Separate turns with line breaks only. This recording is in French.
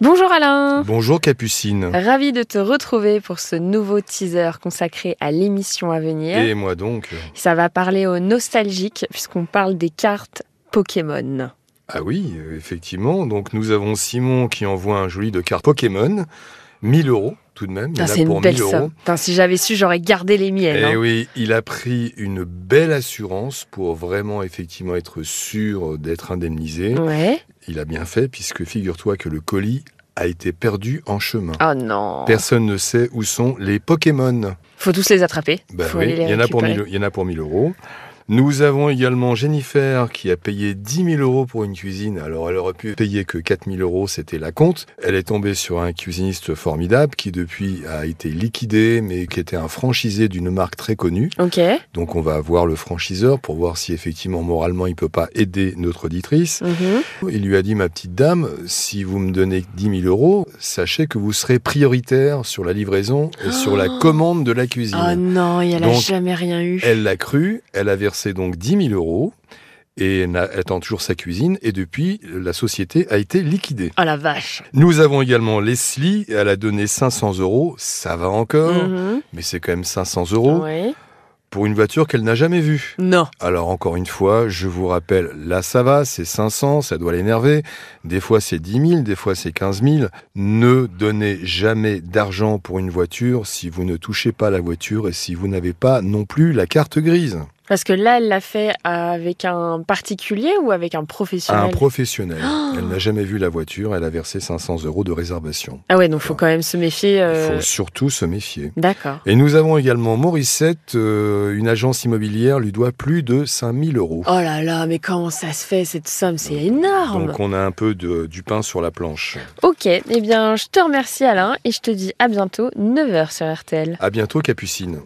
Bonjour Alain
Bonjour Capucine.
Ravi de te retrouver pour ce nouveau teaser consacré à l'émission à venir.
Et moi donc
Ça va parler aux nostalgiques puisqu'on parle des cartes Pokémon.
Ah oui, euh, effectivement. Donc nous avons Simon qui envoie un joli de cartes Pokémon. 1000 euros tout de même. Il y
Putain,
en a
Ah, C'est une
pour
belle
1000 euros.
somme. Putain, si j'avais su, j'aurais gardé les miennes.
Eh
hein.
oui, il a pris une belle assurance pour vraiment effectivement être sûr d'être indemnisé.
Ouais.
Il a bien fait puisque figure-toi que le colis a été perdu en chemin.
Oh non.
Personne ne sait où sont les Pokémon.
Faut tous les attraper.
Bah
Faut
oui,
aller les
il y, en a pour
récupérer.
1000 il y en a pour 1000 euros. Nous avons également Jennifer qui a payé 10 000 euros pour une cuisine. Alors elle aurait pu payer que 4 000 euros, c'était la compte. Elle est tombée sur un cuisiniste formidable qui depuis a été liquidé mais qui était un franchisé d'une marque très connue.
Ok.
Donc on va voir le franchiseur pour voir si effectivement moralement il peut pas aider notre auditrice.
Mhm.
Il lui a dit ma petite dame, si vous me donnez 10 000 euros, sachez que vous serez prioritaire sur la livraison et sur la
Oh.
commande de la cuisine.
Oh non, et elle a
Donc,
jamais rien eu.
Elle l'a cru, elle a versé donc 10 000 euros et elle n'a- attend toujours sa cuisine et depuis la société a été liquidée.
Oh la vache.
Nous avons également Leslie, elle a donné 500 euros, ça va encore,
Mhm.
mais c'est quand même 500 euros
Ah Ouais.
pour une voiture qu'elle n'a jamais vue.
Non.
Alors encore une fois, je vous rappelle, là ça va, c'est 500, ça doit l'énerver, des fois c'est 10 000, des fois c'est 15 000. Ne donnez jamais d'argent pour une voiture si vous ne touchez pas la voiture et si vous n'avez pas non plus la carte grise.
Parce que là, elle l'a fait avec un particulier ou avec un
à un
professionnel
professionnel.
Oh.
Elle n'a jamais vu la voiture, elle a versé 500 euros de réservation.
Ah ouais, donc faut quand même se méfier.
Il
euh,
faut surtout se méfier.
D'accord.
Et nous avons également Morissette, euh, une agence immobilière lui doit plus de 5000 euros.
Oh là là, mais comment ça se fait cette somme C'est énorme.
Donc on a un peu de- du pain sur la planche.
Ok, eh bien je te remercie Alain et je te dis à bientôt 9h sur RTL.
À bientôt Capucine.